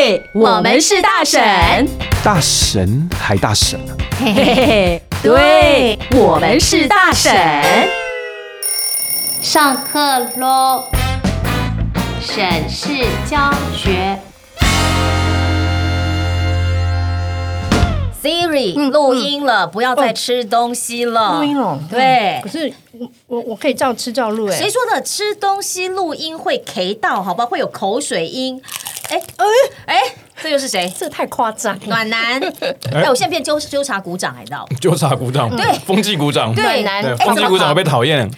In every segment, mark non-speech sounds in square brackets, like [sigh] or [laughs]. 嘿，我们是大婶，大神还大神啊！嘿嘿嘿，对，我们是大婶。上课喽！沈氏教学 Siri 录音了，不要再吃东西了。录音了，对可。是我我可以照吃照录哎、谁说的？吃东西录音会 K 到，好吧？会有口水音。哎哎，这又是谁？这太夸张了。暖 [laughs] 男。哎，我现在变纠纠察鼓掌，哎，知道？纠察鼓掌，对，风纪鼓掌，对，哎暖对男，哎风纪鼓掌会被讨厌。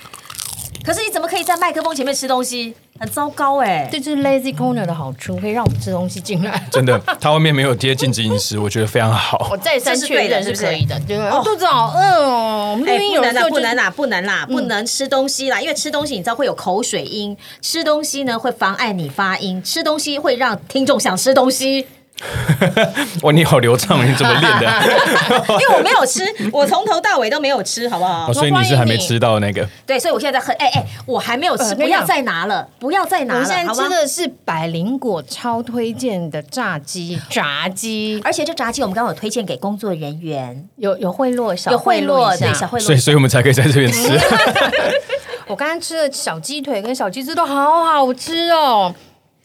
可是你怎么可以在麦克风前面吃东西？很糟糕哎。这就是 lazy corner 的好处，可以让我们吃东西进来。真的，他外面没有贴禁止饮食，我觉得非常好 [laughs] 我。再三这是确对 [laughs] 的认是是不是可以的，对不对？哦肚子好饿哦，我们录哎，音不有能时啦，候不就是能啦，不能嗯啦，不能吃东西啦，因为吃东西你知道会有口水音，吃东西呢会妨碍你发音，吃东西会让听众想吃东 [laughs] 西。哇，你好流畅，你怎么练的？ [laughs] 因为我没有吃，我从头到尾都没有吃，好不好哦，？所以你是还没吃到那个，对，所以我现在在很，哎、哎、我还没有吃，呃不跟你要讲再拿了，不要再我拿们了，现在好吗吃？的是百灵果超推荐的炸鸡、炸鸡，而且这炸鸡我们刚刚有推荐给工作人员， [laughs] 有有贿赂，小有贿赂，赂对一小下。贿所以赂。所以我们才可以在这边吃。嗯我刚刚吃的小鸡腿跟小鸡翅都好好吃哦。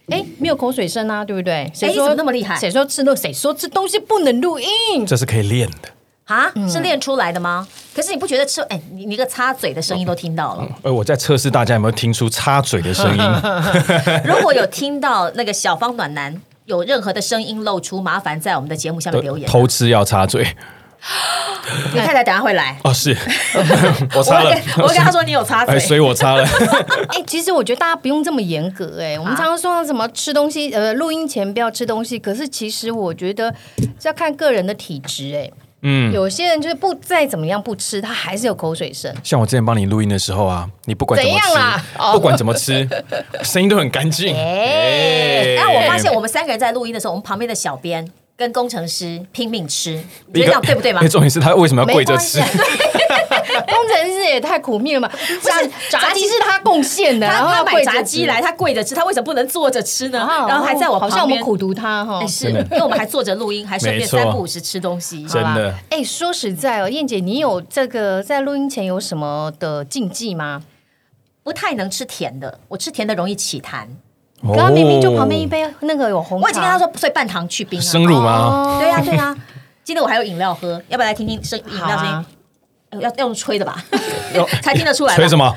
哎，没有口水声啊，对不对？谁你怎说么那么厉害谁说吃东谁说吃东西不能录音？ [laughs] 这是可以练的。啊，嗯是练出来的吗？可是你不觉得吃？哎、你你那个擦嘴的声音都听到了。呃，我在测试大家有没有听出插嘴的声 [laughs] 音。嗯如果有听到那个小方暖男有任何的声音露出，麻烦在我们的节目下面留言。偷吃要插嘴你太太等下会来，[laughs] 哦，是我我插会了跟，我会跟她说你有擦哎，嘴。所以我插了。哎、其实我觉得大家不用这么严格啊哎、我们常常说什么吃东西，呃，录音前不要吃东西，可是其实我觉得这要看个人的体质哎、嗯，有些人就是不再怎么样不吃，他还是有口 [laughs] 水声。像我之前帮你录音的时候啊，你不管怎么怎样啦吃，哦不管怎么吃，声音都很干净。哎但我发现我们三个人在录音的时候，我们旁边的小编跟工程师拼命吃，你觉得这样对不对吗哎？重点是他为什么要跪着吃没？关工程师也太苦命了吧？炸炸鸡是他贡献的，然后他他买跪着炸鸡吃来，，他跪着吃，他为什么不能坐着吃呢？啊然后还在我好旁边，像我们苦读他哈哎。 [laughs] 是，真的因为我们还坐着录音，还顺便没错三不五时吃东西。啊真好的啦，哎、说实在哦，燕姐，你有这个在录音前有什么的禁忌吗？不太能吃甜的，我吃甜的容易起痰。哦刚刚明明就旁边一杯那个有红茶，我已经跟他说，所以半糖去冰哦啊。生乳吗？哦对呀、对呀、啊今天我还有饮料喝，要不要来听听声饮好料声音？啊，哎要要用吹的吧，用 [laughs] 才听得出来吧。吹什么？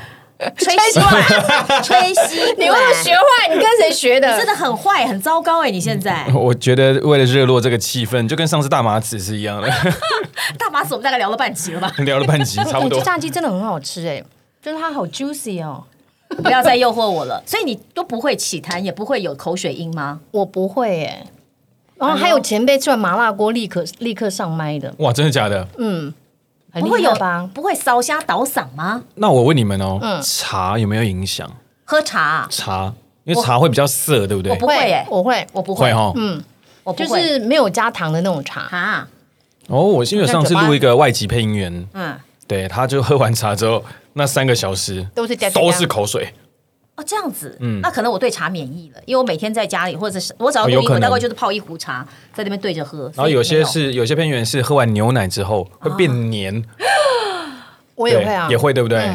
吹吸管， [laughs] 吹吸 [laughs] 你为了学管。坏，你跟谁学的？真的很坏，很糟糕哎、你现在我觉得为了热络这个气氛，就跟上次大麻子是一样的， [laughs] 大麻子我们大概聊了半集了吧？聊了半集差不哎多这。炸鸡真的很好吃哎、就是它好 juicy 哦。不要再诱惑我了。所以你都不会起痰，也不会有口水音吗？我不会哎、然后还有前辈吃完麻辣锅立刻立刻上麦的，哇，真的假的？嗯，很不会厉有害吧？不会烧瞎倒嗓吗？那我问你们哦，茶有没有影响？喝茶啊、茶，因为茶会比较涩，对不对我？不会哎、我会，我不会会，哦。我不就会是没有加糖的那种茶。啊，哦，我因为上次录一个外籍配音员，嗯，对，他就喝完茶之后那三个小时都是加都是口水，哦这样子，那可能我对茶免疫了，因为我每天在家里或者是我只要嗯哦有录音，可我大概能就是泡一壶茶在那边对着喝，然所后以有没些是有些配音员是喝完牛奶之后会变黏，哦我对也会啊，也会对不对？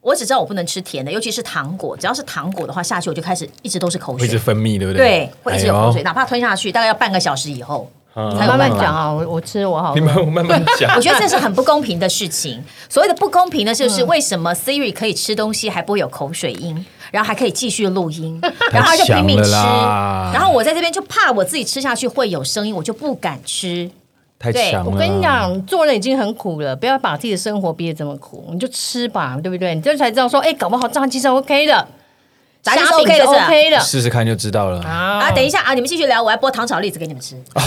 我只知道我不能吃甜的，尤其是糖果，只要是糖果的话下去我就开始一直都是口会一直水。分泌，对不哎对？对，会一直有口水，哪怕吞下去，大概要半个小时以后。嗯才有慢慢办法讲啊，我我吃我好你。们慢 [laughs] 慢讲 [laughs] 我。觉得这是很不公平的事情。所谓的不公平呢，嗯就是为什么 Siri 可以吃东西还不会有口水音，然后还可以继续录音，然后他就拼命太吃，强了啦然后我在这边就怕我自己吃下去会有声音，我就不敢吃。太对强了！我跟你，讲，做人已经很苦了，不要把自己的生活逼得这么苦，你就吃吧，对不对？你这才知道说，哎，搞不好炸鸡是 OK 的，炸鸡是虾饼 OK 的是吧 OK 的试试看就知道了。啊，啊！等一下啊，你们继续聊，我要剥糖炒栗子给你们吃。哦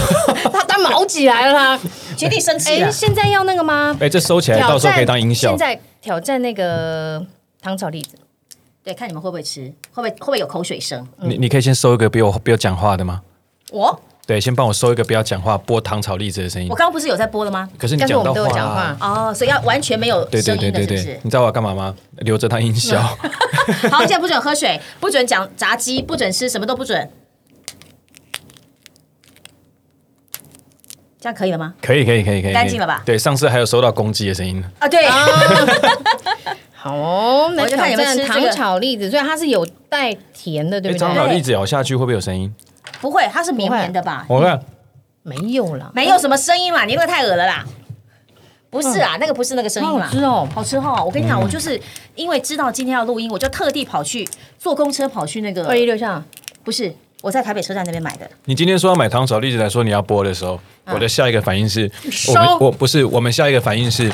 他啊他毛起 [laughs] 来了，他绝对生啊气哎，了，现在要那个吗？哎，这收起来挑到时候战可以当音效现。在挑战那个糖炒栗子，对，看你们会不会吃，会不会会不会有口水声？你你可以先收一个不要不要讲话的吗？我对，先帮我收一个不要讲话播糖炒栗子的声音我。刚刚不是有在剥了吗？可是你但是讲我到们都有话讲啊，话。哦，所以要完全没有对对声对音的，对是不对是，你？知道我要干嘛吗？留着当音 [laughs] 效。 [laughs] 好，现在不准喝水，不准讲炸鸡，不准吃，什么都不准。这样可以了吗？可以可以可以可以，干净了吧对，上次还有收到公鸡的声音，啊，对，好哦，来我就挑看有没有战吃这糖个炒栗子，所以它是有带甜的，对哎，不长对？老栗子咬下去会不会有声音？不会，它是绵绵的吧？我看没有啦，没有什么声音啦，你那个太恶了啦。不是啊，那个不是那个声音啦嗯好好。吃哦好吃哈！我跟你讲，我就是因为知道今天要录音，我就特地跑去坐公车跑去那个二一六巷不是我在台北车站那边买的，你今天说要买糖炒栗子来说你要播的时候，啊我的下一个反应是，我们我不是我们下一个反应是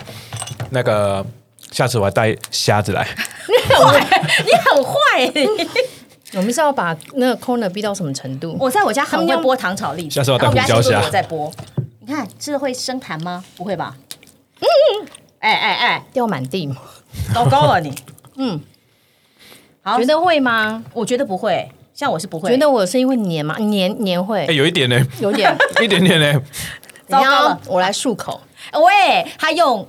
那个。下次我要带虾子来，你很坏，你很坏。我们是要把那个 corner 逼到什么程度？我在我家很会剥糖炒栗子，下次我带然后我们家胡就椒是虾我在剥。你看这会生痰吗？不会吧？哎哎哎，掉满地吗？糟糕了 [laughs] 你。嗯嗯，好，觉得会吗？我觉得不会，像我是不会。觉得我的声音会黏吗？黏黏会哎、有一点 [laughs] 呢、有点。一点点呢、糟糕了你要我来漱口。喂，他用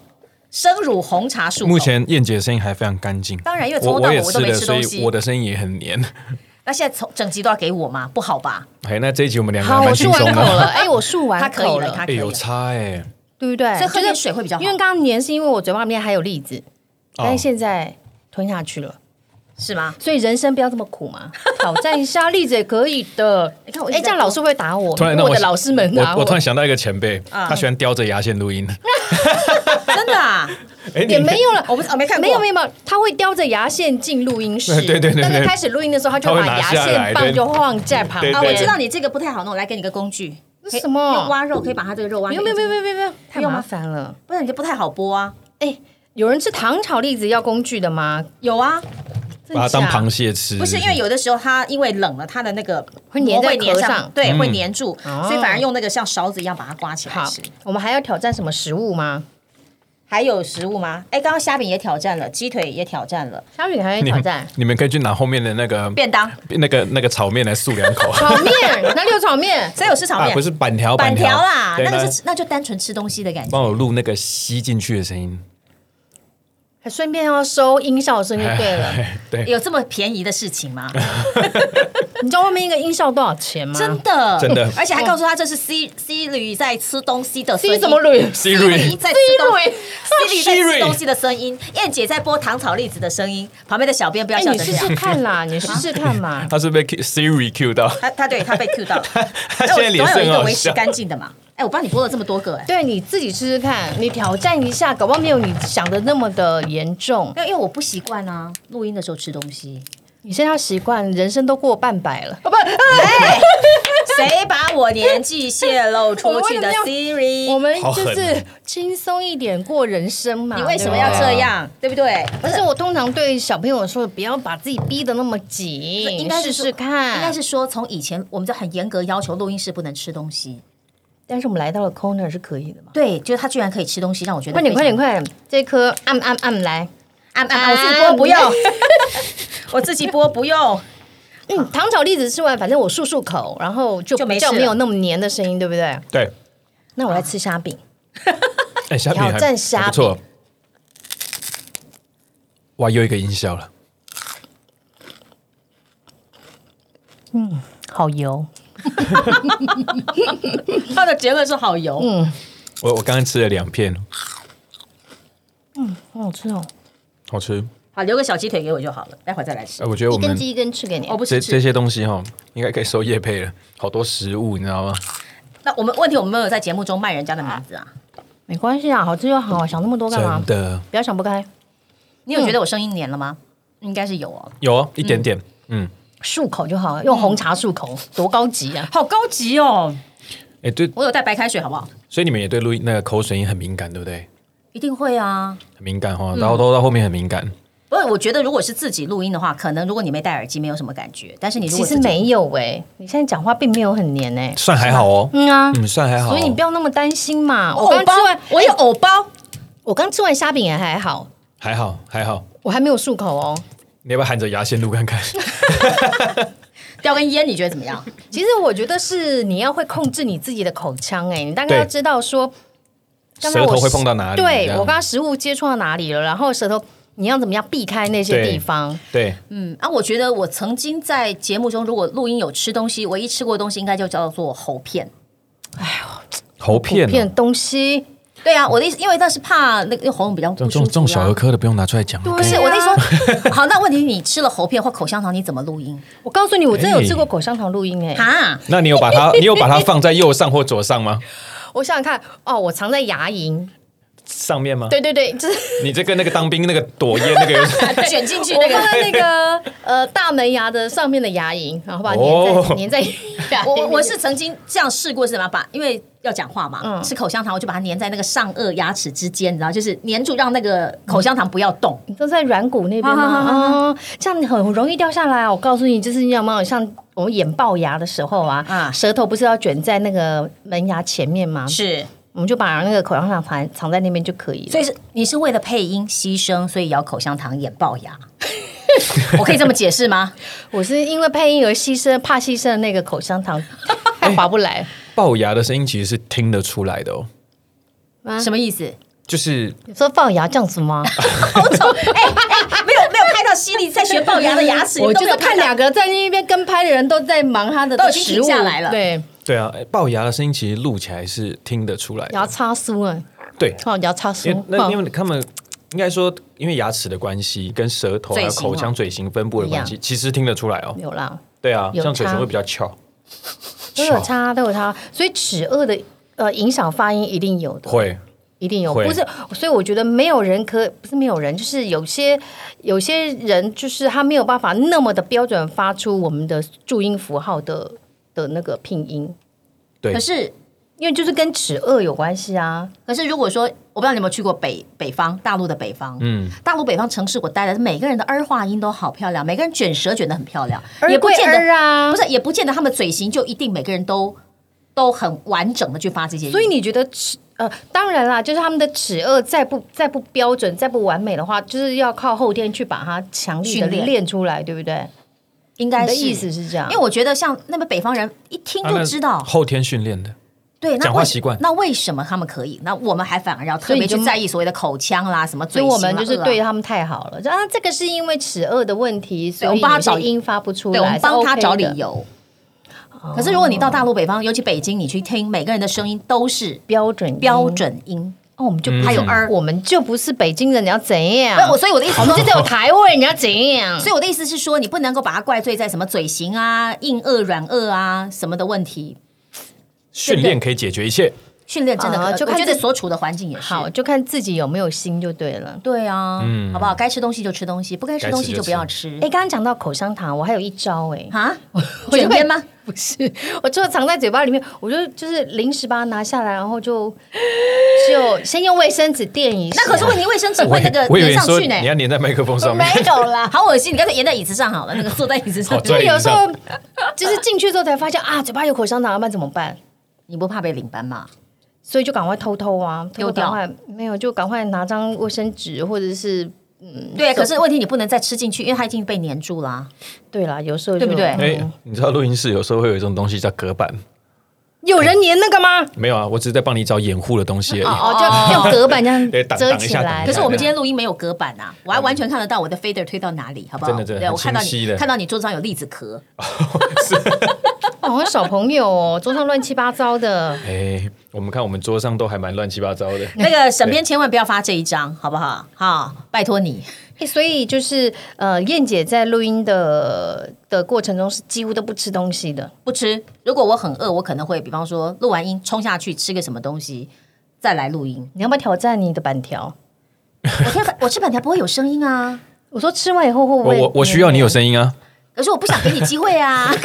生乳红茶漱口。目前燕姐的声音还非常干净，当然因为从我头到尾也我都吃没了，吃所东西以我的声音也很黏。 [laughs] 那现在从整集都要给我吗？不好吧？哎，那这一集我们两个好，还我蛮漱轻松完口了。的，哎，我漱他完可以口了，了，他哎、啊可以了。有差哎、对不对？所以喝点就是水会比较好因为刚刚黏是因为我嘴巴里面还有栗子，哎哦但是现在吞下去了。是 [laughs] 吗？所以人生不要这么苦嘛， [laughs] 挑战一下栗子也可以的。 [laughs] 你看我一直哎，在这样老师会打我，突然让我的老师们啊打啊我我突然想到一个前辈，他喜欢叼着牙线录音。真的啊？哎、你也没有了， [laughs] 我不我没看过没有没有没有，他会叼着牙线进录音室。对对对对但是开始录音的时候，他就他会把拿牙下来线棒对就放在旁边。对啊，我知道你这个不太好弄，来给你个工具。那什么可以用挖肉可以把它这个肉挖。没有没有没有，没有没有没有，太用吗麻烦了。不然你就不太好剥啊。哎，有人吃糖炒栗子要工具的吗？有啊，真把它当假螃蟹吃，不是因为有的时候它因为冷了，它的那个会粘膜在会粘壳上对，嗯会粘住，哦所以反而用那个像勺子一样把它刮起来好吃。，我们还要挑战什么食物吗？还有食物吗？哎，刚刚虾饼也挑战了，鸡腿也挑战了，小雨还要你挑们战你们可以去拿后面的那个便当，那个那个炒面来漱两 [laughs] 口炒面，哪里有炒面？ [laughs] 谁有吃炒啊，面？不是板条板条啦，对那来个是那就单纯吃东西的感觉。帮我录那个吸进去的声音，还顺便要收音效的声音就对了。 [laughs] 对，嗯有这么便宜的事情 [laughs] 吗？你知道外面一个音效多少钱吗？真的，真的而且还告诉他这是 C C 驴在吃东西的声音。 C 怎么捋 C 驴 Siri 在吃东 Siri 西 C 驴在吃东西的声音，燕姐在播糖炒栗子的声音，旁边的小编不要哎、笑你成试这样。试看 [laughs] 啦，你试试看嘛。他是被 Q- Siri [laughs] Q 到，他他对他被 Q 到了，他现在脸哎我色总有一很个好维持笑。干净的嘛。哎，我帮你播了这么多个哎，对，你自己试试看，你挑战一下，搞不好没有你想的那么的严重。因为因为我不习惯啊，录音的时候吃东西。你现在要习惯，人生都过半百了。谁把我年纪泄露出去的我为什么要 Siri？我们好就狠啊是轻松一点过人生嘛。你为什么对要不对这样？对不对？可是我通常对小朋友说，不要把自己逼得那么紧，应该是试说试看。应该是，说从以前我们就很严格要求录音室不能吃东西，但是我们来到了 corner 是可以的嘛？对，就是他居然可以吃东西，让我觉得快点，非快常点，快点！这颗按按按来，啊啊！我自己播不 [laughs] 用，我自己播不用。嗯，糖炒栗子吃完，反正我漱漱口，然后就就没比较事了没有那么黏的声音，对不对？对，那我来吃虾饼，哎，虾饼还挑战虾饼还不错。哇，又一个音效了，好油，他的结论是好油，我我刚刚吃了两片，好好吃哦！好吃。好留个小鸡腿给我就好了，待会儿再来吃哎，。我觉得我一根们鸡一根吃给你我。不这吃这吃。些东西哈，应该可以收叶配了，好多食物，你知道吗？那我们问题我们没有在节目中卖人家的名字啊？没关系啊，好吃就好，想那么多干嘛真？的不要想不开，你有觉得我声音黏了吗？应该是有哦，有哦一点点，嗯，漱口就好，用红茶漱口，多高级啊！好高级哦！哎，对，我有带白开水，好不好？所以你们也对录音那个口水音很敏感，对不对？一定会啊。很敏感嗯哈，然后都到后面很敏感，不过我觉得如果是自己录音的话，可能如果你没戴耳机，没有什么感觉。但是你如其果实自己没有哎，你现在讲话并没有很黏哎。算还好哦，嗯啊，嗯，算还好哦。所以你不要那么担心嘛。我偶刚包吃完，，哦我有偶包，我刚吃完虾饼也还好，还好还好，我还没有漱口哦。你要不要含着牙线录看看？叼根烟，你觉得怎么样？其实我觉得是你要会控制你自己的口腔，哎，你大概要对知道说， [laughs] 刚刚舌我头会碰到哪里？对这样我刚刚食物接触到哪里了，然后舌头你要怎么样避开那些对地方？对嗯啊，我觉得我曾经在节目中，如果录音有吃东西，唯一吃过的东西应该就叫做喉片。喉片片哦，东西，对啊，我的意思，因为那是怕那个因为喉咙比较这不种舒服、这种啊这种小啊儿。科的不用拿出来讲。不 OK 是我的意思 [laughs] 说，好，那问题是你吃了喉片或口香糖，你怎么录音？我告诉你，我真的有哎吃过口香糖录音哎、哈，那你有把它，你有把它放在右上或左上吗？我想想看，哦，我藏在牙龈，上面吗？对对对，就是你这跟那个当兵那个躲烟那个有什 [laughs] 么卷进去我那个放在那个呃大门牙的上面的牙龈，然后把它哦粘在粘在。 [laughs] 我我是曾经这样试过，是怎么把？因为要讲话嘛，嗯吃口香糖，我就把它粘在那个上颚牙齿之间，然后就是粘住，让那个口香糖不要动。你都在软骨那边啊啊啊吗？啊，这样你很容易掉下来啊！我告诉你，就是你有没有像我们演龅牙的时候啊，啊舌头不是要卷在那个门牙前面吗？是，我们就把那个口香糖藏藏在那边就可以了。所以是你是为了配音牺牲，所以咬口香 [laughs] 糖演龅牙。我可以这么解释吗？我是因为配音而牺牲，怕牺牲那个口香糖太划不来。龅牙的声音其实是听得出来的哦，啊什么意思？就是你说龅牙这样子吗？好丑！哎哎，没有没有拍到犀利在学龅牙的 [laughs] 牙齿，我你都就没是有看到两个在那边跟拍的人都在忙他的都已经食停物下来了对，对啊，哎龅牙的声音其实录起来是听得出来牙的，擦酥啊，对，哦，牙擦因酥为，那哦因为他们应该说，因为牙齿的关系，跟舌头哦还有口腔嘴型分布的关一系，其实听得出来哦。有啦，对啊，有像嘴差唇会比较翘，都有差，都有差，所以齿颚的呃影响发音一定有的，会一定有，会不是，所以我觉得没有人可不是没有人，就是有些有些人就是他没有办法那么的标准发出我们的注音符号的的那个拼音，对可是因为就是跟齿颚有关系啊，可是如果说我不知道你有没有去过北北方大陆的北方，嗯，大陆北方城市我待的，每个人的儿化音都好漂亮，每个人卷舌卷得很漂亮，也不贵见得儿啊不是也不见得他们嘴型就一定每个人都都很完整的去发这些音，所以你觉得齿呃，当然啦，就是他们的齿颚再不再不标准、再不完美的话，就是要靠后天去把它强力的训练练出来，对不对？应你该的是意思。是啊这样，因为我觉得像那么北方人一听就知道，啊那后天训练的，对，那讲话为习惯那为什么他们可以？那我们还反而要特以别你就去在意所谓的口腔啦，什么所嘴以型啦我们就是对颚啊他们太好了，就啊，这个是因为齿颚的问题，所以我们帮他找有些音发不出来，对，我们是帮他 OK 找的理。由。可是如果你到大陆北方，尤其北京，你去听每个人的声音都是标准音标，准音，哦，我们就嗯还有嗯儿。我们就不是北京人，你要怎样那？我所以我的意思，我们就只有台湾人，你要怎样？所以我的意 [laughs] 思是说，你不能够把它怪罪在什么嘴型啊、硬腭、软腭啊什么的问题。训练可以解决一切。训练真的可，啊就我看觉得自所处的环境也是。好，就看自己有没有心就对了。对啊，好不好？该吃东西就吃东西，不该吃嗯该吃东西就就不要吃吃。哎，刚刚讲到口香糖，我还有一招 [laughs] 哎，啊，我卷烟吗？ [laughs] 不是，我就藏在嘴巴里面，我就就是临时把它拿下来，然后就就先用卫生纸垫一下。那可是问题，卫生纸我会以那个我以粘为你上说去呢。你要粘在麦克风上面，有啦， [laughs] 好恶心！你干脆粘在椅子上好了，那个坐在椅子上好。哦对有时候就是进去之后才发现啊，嘴巴有口香糖，那怎么办？你不怕被领班吗？所以就赶快偷偷啊，偷丢偷赶掉快没有，就赶快拿张卫生纸或者是嗯，对，啊手可是问题你不能再吃进去，因为它已经被粘住了啊。对啦，有时候就对不对嗯 [laughs] 哎，你知道录音室有时候会有一种东西叫隔板，有人粘那个吗？没有啊，我只是在帮你找掩护的东西而已。哦，就用隔板这样对挡遮挡一起下来。挡一下可是我们今对天录音没有隔板啊，我还完全看得到我的 fader 推到哪里，好不好？真的真的对很我看到清晰你的看到你桌上有栗子壳，哦好像小朋友哦，桌上乱七八糟的。哎，我们看我们桌上都还蛮乱七八糟的。那个沈编千万不要发这一张，好不好？好，拜托你。欸所以就是呃，燕姐在录音的的过程中是几乎都不吃东西的，。不吃。如果我很饿，我可能会比方说录完音冲下去吃个什么东西，再来录音你要不要挑战你的板条？我天，我吃板条不会有声音啊，我说吃完以后会不我会？嗯我我需要你有声音啊！可是我不想给你机会啊。 [laughs]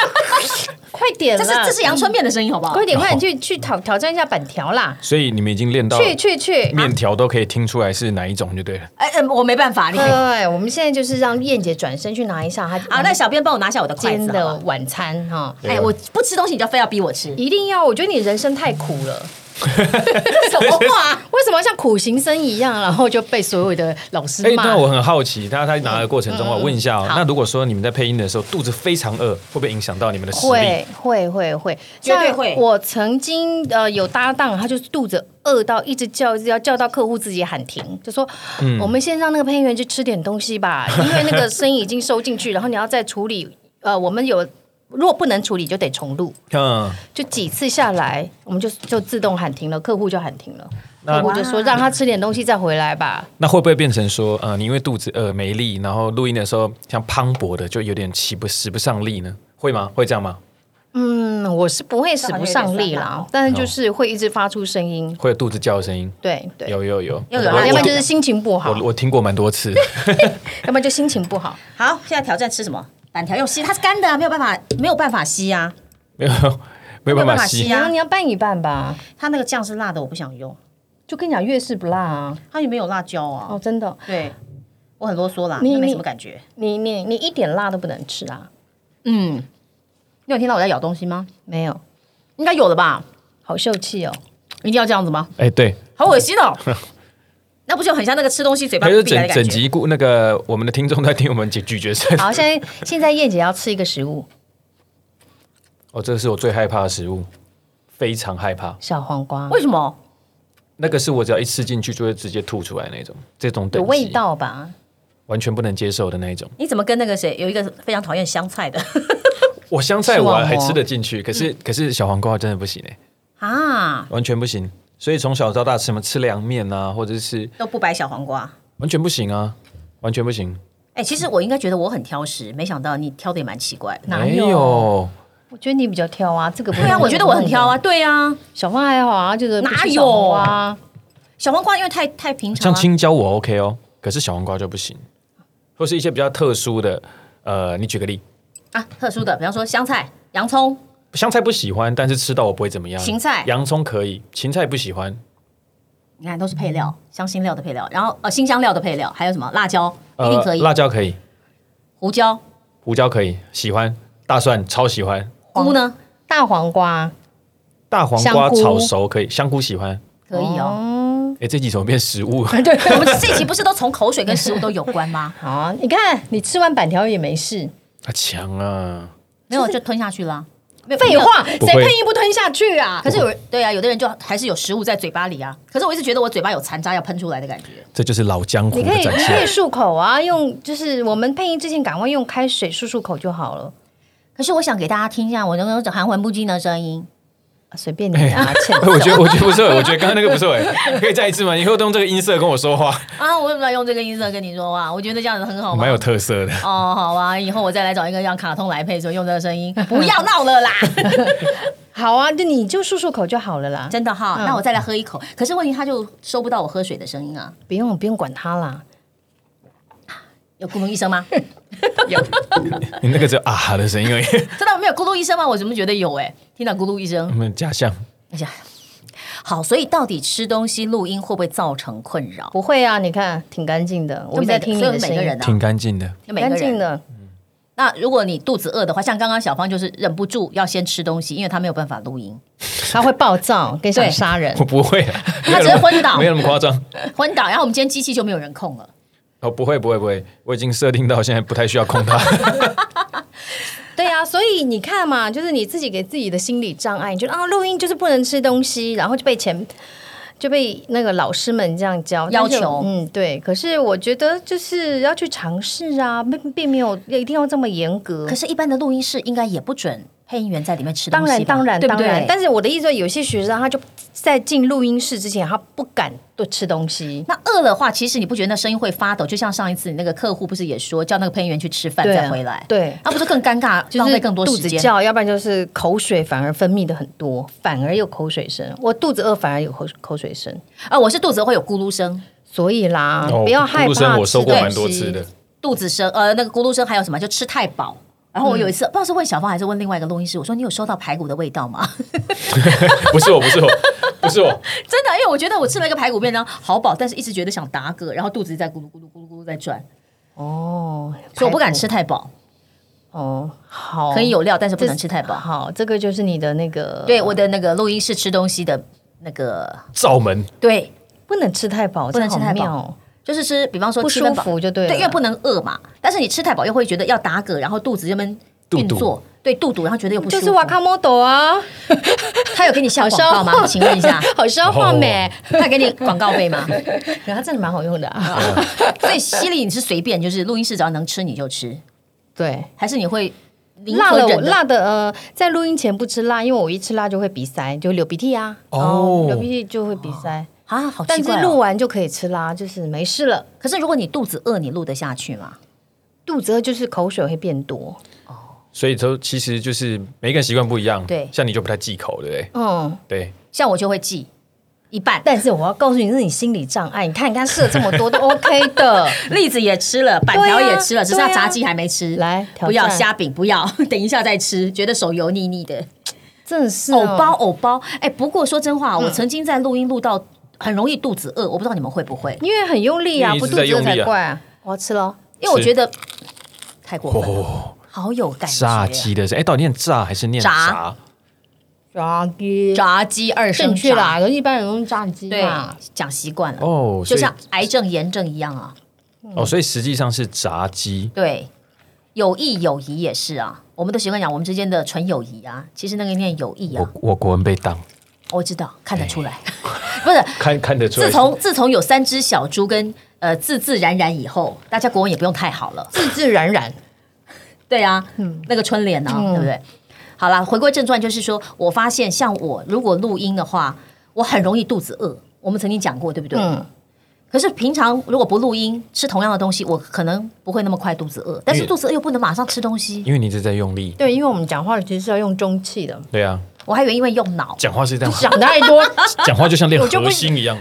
快点这啦！是这是阳春面的声音，好不好？啊快点快点去去挑挑战一下板条啦！所以你们已经练到去去去！面条都可以听出来是哪一种就对了。哎、呃，我没办法，你。 [laughs] 对对啊对，我们现在就是让燕姐转身去拿一下她好，那小编帮我拿下我的筷今天子好不的好。晚餐哈。哎，我不吃东西，你就非要逼我吃，一定要！我觉得你人生太苦了， [laughs] 什么话？ [laughs] 为什么像苦行僧一样，然后就被所有的老师哎，骂？那我很好奇，他他拿的过程中，我问一下哦，好那如果说你们在配音的时候肚子非常饿，会不会影响到你们的实力？会会会会，绝对像会我曾经呃有搭档，他就是肚子饿到一直叫，一直叫叫到客户自己喊停，就说、嗯我们先让那个配音 [laughs] 员去吃点东西吧，因为那个声音已经收进去，然后你要再处理。呃，我们有如果不能处理，就得重录。嗯，就几次下来，我们就就自动喊停了，客户就喊停了。那客户就说让他吃点东西再回来吧。那会不会变成说，呃，你因为肚子饿没力，然后录音的时候像磅礴的，就有点起不使不上力呢？会吗？会这样吗？嗯，我是不会使不上力这好像有点酸辣啦哦，但是就是会一直发出声音。会有肚子叫的声音？对对，有有有，又有我辣要椒不然就是心情不好，我我听过蛮多次，要不然就心情 [laughs] 不好。好，现在挑战吃什么？板条用吸，它是干的啊，没有办法，没有办法吸啊。没有没有办法吸对。啊然后你要拌一拌吧，它那个酱是辣的，我不想用，就跟你讲越是不辣啊。它也没有辣椒啊。哦，真的，对，我很啰嗦啦，你那没你什么感觉。你你你一点辣都不能吃啊？嗯，你有听到我在咬东西吗？没有，应该有的吧？好秀气哦。一定要这样子吗？哎、对，好恶心哦！ [laughs] 那不就很像那个吃东西嘴巴还闭是起来整的啊感整觉？集故那个我们的听众在听我们解咀嚼声。 [laughs] 好，现在现在燕姐要吃一个食物，哦，这是我最害怕的食物，非常害怕。小黄瓜，为什么？那个是我只要一吃进去就会直接吐出来那种，这种等有级味道吧？完全不能接受的那一种。你怎么跟那个谁有一个非常讨厌香菜的 [laughs] 我香菜是我网还红吃得进去，可是、可是小黄瓜真的不行哎、啊？完全不行。所以从小到大，什么吃凉面啊，或者是都不摆小黄瓜。完全不行啊，完全不行。哎、其实我应该觉得我很挑食，没想到你挑的也蛮奇怪的。哪没有有？我觉得你比较挑啊，这个不对啊，我觉得我很挑啊，。对啊，小黄还好啊，就是不哪吃有小黄瓜啊？小黄瓜因为太太平常、像啊，青椒我 OK 哦，可是小黄瓜就不行，或是一些比较特殊的。呃，你举个例，啊，特殊的，比方说香菜、洋葱，香菜不喜欢，但是吃到我不会怎么样。芹菜洋葱可以，芹菜不喜欢。你看都是配嗯料，香辛料的配料，然后呃新香料的配料，还有什么辣椒一定可以，呃辣椒可以，胡椒、胡椒可以，喜欢。大蒜超喜欢，菇呢大黄瓜大黄瓜香菇炒熟可以，香菇喜欢。可以哦。哦。哎，这几种变食物，对， [laughs] 我们这一集不是都从口水跟食物都有关吗？好啊，你看你吃完板条也没事。啊强啊！没有就吞下去啦。没有废。没有话，不谁会配音不吞下去啊？可是有人对啊，有的人就还是有食物在嘴巴里啊。可是我一直觉得我嘴巴有残渣要喷出来的感觉。这就是老江湖你的可以展你可以现。漱口啊，用就是我们配音之前赶快用开水漱漱口就好了，可是我想给大家听一下我能够含混不清的声音。啊随便哎 [laughs] 你啊，欠揍我觉得我觉得不错，我觉得刚刚那个不错哎，可以再一次吗？以后都用这个音色跟我说话，啊，我怎么要用这个音色跟你说话？我觉得这样子很好蛮吗？有特色的。哦，好啊，以后我再来找一个让卡通来配，所以用这个声 [laughs] 音，不要闹了啦，好啊，就你就漱漱口就好了啦，真的哈。那我再来喝一口，可是问题他就收不到我喝水的声音啊，不用不用管它啦。有咕噜一声吗？你那个只有啊哈的声音 [laughs] 而 [laughs] 已，真的没有咕噜一声吗？我怎么觉得有哎、听到咕噜一声我，们假象。哎呀，好，所以到底吃东西录音会不会造成困扰？不会啊，你看挺干净的，我就一直每在个听你所以的每声个音人，啊，挺干净的，就每个干净人。啊的，那如果你肚子饿的话，像刚刚小芳就是忍不住要先吃东西，因为她没有办法录音， [laughs] 他会暴躁，跟想杀人 [laughs] 我。不会啊，他只是昏倒没有那么夸张。昏倒。然后我们今天机器就没有人控了。哦，不会不会不会，我已经设定到现在不太需要控它。对啊，所以你看嘛，就是你自己给自己的心理障碍，你觉得啊，录音就是不能吃东西，然后就被前就被那个老师们这样教要求但是嗯，对。可是我觉得就是要去尝试啊，并并没有一定要这么严格可。是，一般的录音室应该也不准配音员在里面吃东当西然，吧当然，对不当然对。？但是我的意思说，有些学生他就在进录音室之前，他不敢多吃东西。那饿的话，其实你不觉得那声音会发抖？就像上一次你那个客户不是也说叫那个配音员去吃饭对啊再回来，对那不是更尴尬，就浪是费更多肚时子间？叫，要不然就是口水反而分泌的很多，反而有口水声。我肚子饿反而有口口水声，啊，我是肚子会有咕噜声，所以啦，哦 [laughs] 不要害咕噜声怕我收吃过东蛮多西次的。 [laughs] 肚子声，呃，那个咕噜声，还有什么？就吃太饱。然后我有一次、不知道是问小芳还是问另外一个录音师，我说你有收到排骨的味道吗？不是我，不是我，不是 [laughs] 我，真的，因为我觉得我吃了一个排骨面，然后好饱，但是一直觉得想打嗝，然后肚子在咕噜咕噜咕噜咕噜在转，哦，所以我不敢排骨吃太饱，哦，好，可以有料，但是不这能吃太饱。好，这个就是你的那个，对，我的那个录音室吃东西的那个，罩门对，不能吃太饱，不能这好吃太饱妙哦，就是吃，比方说不七分饱舒服就对了对，因为不能饿嘛，但是你吃太饱又会觉得要打嗝，然后肚子这边肚运肚作，对肚肚，然后觉得又不舒就服。是瓦卡莫朵哦啊，他有给你下好广告消吗？请问一下，好啊消 [laughs] 化美，他给你广告费吗？可它真的蛮好用的啊，哦所以犀利你是随便，就是录音室只要能吃你就吃， [laughs] 对，还是你会宁辣可了我忍的辣的呃，在录音前不吃辣，因为我一吃辣就会鼻塞，就流鼻涕啊，哦流鼻涕就会鼻塞。啊，好奇但是怪、录哦。完就可以吃啦，就是没事了。可是如果你肚子饿，你录得下去吗？肚子饿就是口水会变多，所以说其实就是每一个人习惯不一样，对像你就不太忌口，对不对？嗯。对，像我就会记一半，但是我要告诉你，是你心理障碍。你看，你刚吃了这么多 [laughs] 都 OK 的，栗子也吃了，板条也吃了，对啊只剩下炸鸡还没吃。来挑不要战虾饼，不要， [laughs] 等一下再吃，觉得手油腻腻的。真的是嗯藕哦包，，藕包。哎，不过说真话，我曾经在录音录到很容易肚子饿，我不知道你们会不会，因为很用力啊，因为不一直肚在子饿用力啊才怪啊。我要吃喽，因为我是觉得太过分了，哦，好有感觉啊。炸鸡的是，哎，到底念炸还是念炸炸？炸鸡，炸鸡二声正确炸啦，嗯一般人用炸鸡对嘛，，讲习惯了，哦，就所以像癌症、炎症一样啊。哦，所以实际上是炸鸡，对，友谊、友谊也是啊。我们都习惯讲我们之间的纯友谊啊，其实那个念友谊啊我，我国文被当，我知道看得出来，不是。看看得出来自是。从自从有三只小猪跟呃自自然然以后，大家国文也不用太好了。自自然然。对啊，那个春联呢、啊对不对？好啦，回归正传，就是说我发现像我如果录音的话，我很容易肚子饿。我们曾经讲过，对不对？嗯，可是平常如果不录音，吃同样的东西，我可能不会那么快肚子饿，但是因为肚子饿又不能马上吃东西。因为你一直在用力，对，因为我们讲话其实是要用中气的，对啊，我还以为因为用脑，讲话是这样，讲太多， [laughs] 讲话就像练我就不核心一样。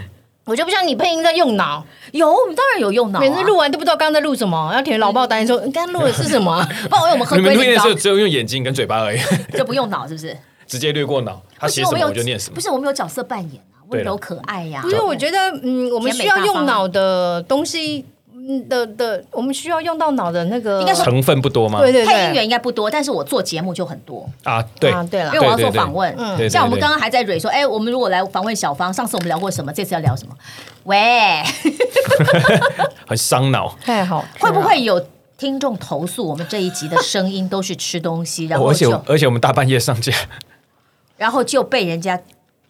我就不像你配音在用脑，有我们当然有用脑、啊，嗯每次录完都不知道刚刚在录什么，要填老报单说你刚刚录的是什么 [laughs] 啊，不然我们喝 [laughs] 你们龟录音苓的时候膏只有用眼睛跟嘴巴而已， [laughs] 就不用脑，是不是？直接略过脑， [laughs] 他不写是什们么有我就念什不么。是我们有角色扮演啊，温柔可爱呀、不是，我觉得，嗯，我们需要用脑的东西，嗯的的，我们需要用到脑的那个，应该说成分不多吗？对对配音对，员应该不多，但是我做节目就很多，啊，对啊对啦因为我要对做对对访问。嗯对对像我们对刚刚还在蕊说，哎，我们如果来访问小芳，上次我们聊过什么？这次要聊什么？ [laughs] 喂，啊很伤脑。太好，会不会有听众投诉我们这一集的声音都是吃东西，然哦后而且就而且我们大半夜上架，然后就被人家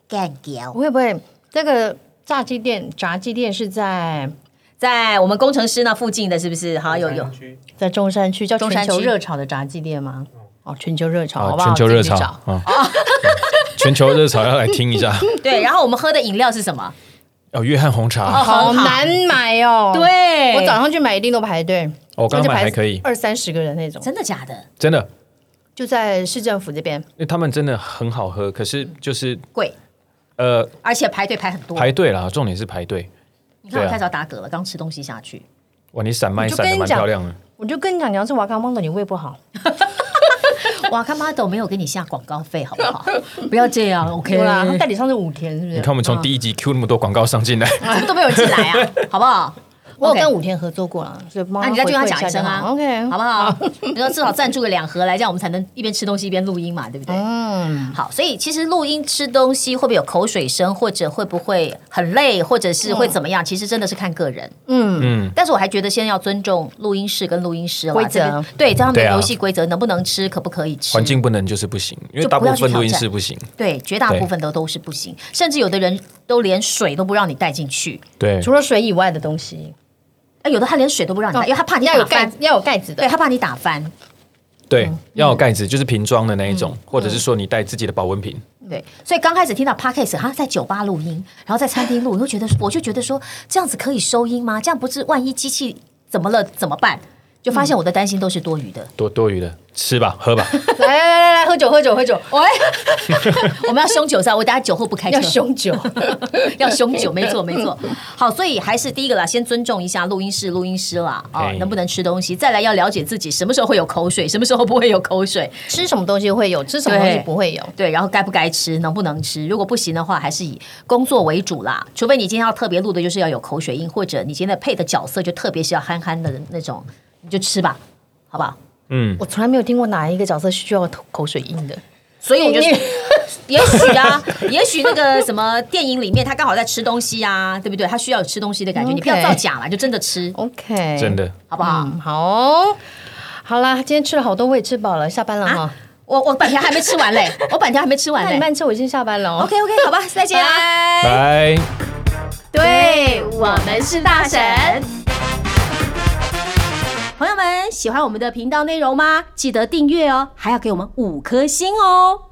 干掉？啊会不会这个炸鸡店、炸鸡店是在在我们工程师那附近的是不是？好，有有。在中山区叫中全山区球热潮的炸鸡店吗？哦，全球热潮，好啊不好？全球热潮自己找啊， [laughs] 全球热潮要来听一下。 [laughs] 对，然后我们喝的饮料是什么？哦，约翰红茶，好难买哦。，对我早上去买一定都排队，哦我刚而且刚买排还可以，二三十个人那种，真的假的？真的，就在市政府这边。因为他们真的很好喝，可是就是贵，呃而且排队排很多。排队啦，重点是排队。哦你看我对啊太早打嗝了，刚吃东西下去。哇，你闪麦我就跟闪的你蛮讲漂亮的，我就跟你讲，你要是瓦卡梦的，你胃不好。哇，看妈都没有给你下广告费，好不 [laughs] 好？不要这样，OK 对啦，他代理商是五天，是不你是？看我们从第一集 Q 那么多广告上进来， [laughs] 怎么都没有人进来啊，好不好？我有 OK 跟五天合作过了，所以帮那你再回去跟他馈讲下一就声啊好 OK，好不好？你说至少赞助个两盒来，这样我们才能一边吃东西一边录音嘛，对不对？嗯，好，所以其实录音吃东西会不会有口水声，或者会不会很累，或者是会怎嗯么样？其实真的是看个人。嗯，但是我还觉得先要尊重录音室跟录音师啦规这则个对，这样的对啊游戏规则能不能吃，可不可以吃？环境不能就是不行，因为就大不部要去分录音挑战室不行，对，绝大对部分的都是不行，甚至有的人都连水都不让你带进去，对，除了水以外的东西，哎，有的他连水都不让啊你带，因为他怕你哦打要有盖翻子，，要有盖子对的。他怕你打翻。对，要有盖子，就是瓶装的那一种，或者是说你带自己的保温瓶，对，所以刚开始听到 podcast，他在酒吧录音，然后在餐厅录，我就觉得，我就觉得说，这样子可以收音吗？这样不是万一机器怎么了怎么办？就发现我的担心都是多余的。多多余的，吃吧，喝吧，来来嗯来来，喝酒喝酒喝酒，喂， [laughs] 我们要凶酒噻，我等下酒后不开车，要凶酒。 [laughs] 要凶酒，没错没错。好，所以还是第一个啦，先尊重一下录音室录音师啦，哦 OK，能不能吃东西？再来要了解自己什么时候会有口水，什么时候不会有口水， [laughs] 吃什么东西会有，吃什么东西不会有。对，然后该不该吃，能不能吃？如果不行的话，还是以工作为主啦。除非你今天要特别录的，就是要有口水音，或者你今天配的角色就特别是要憨憨的那种，你就吃吧，好不好？嗯，我从来没有听过哪一个角色需要口水音的。所以我就你是，也许啊，也许那个什么电影里面他刚好在吃东西啊，对不对？他需要有吃东西的感觉，你不要 OK 造假啦，就真的吃， OK，真的，好不好？嗯，好哦。好啦，今天吃了好多，我也吃饱了，下班了哈啊。我我板条还没吃完嘞，我板条还没吃完那你嘞。慢吃，我先下班了哦。 OK OK，好吧，再见啊。拜。对我们是大神。朋友们喜欢我们的频道内容吗？记得订阅哦，还要给我们五颗星哦。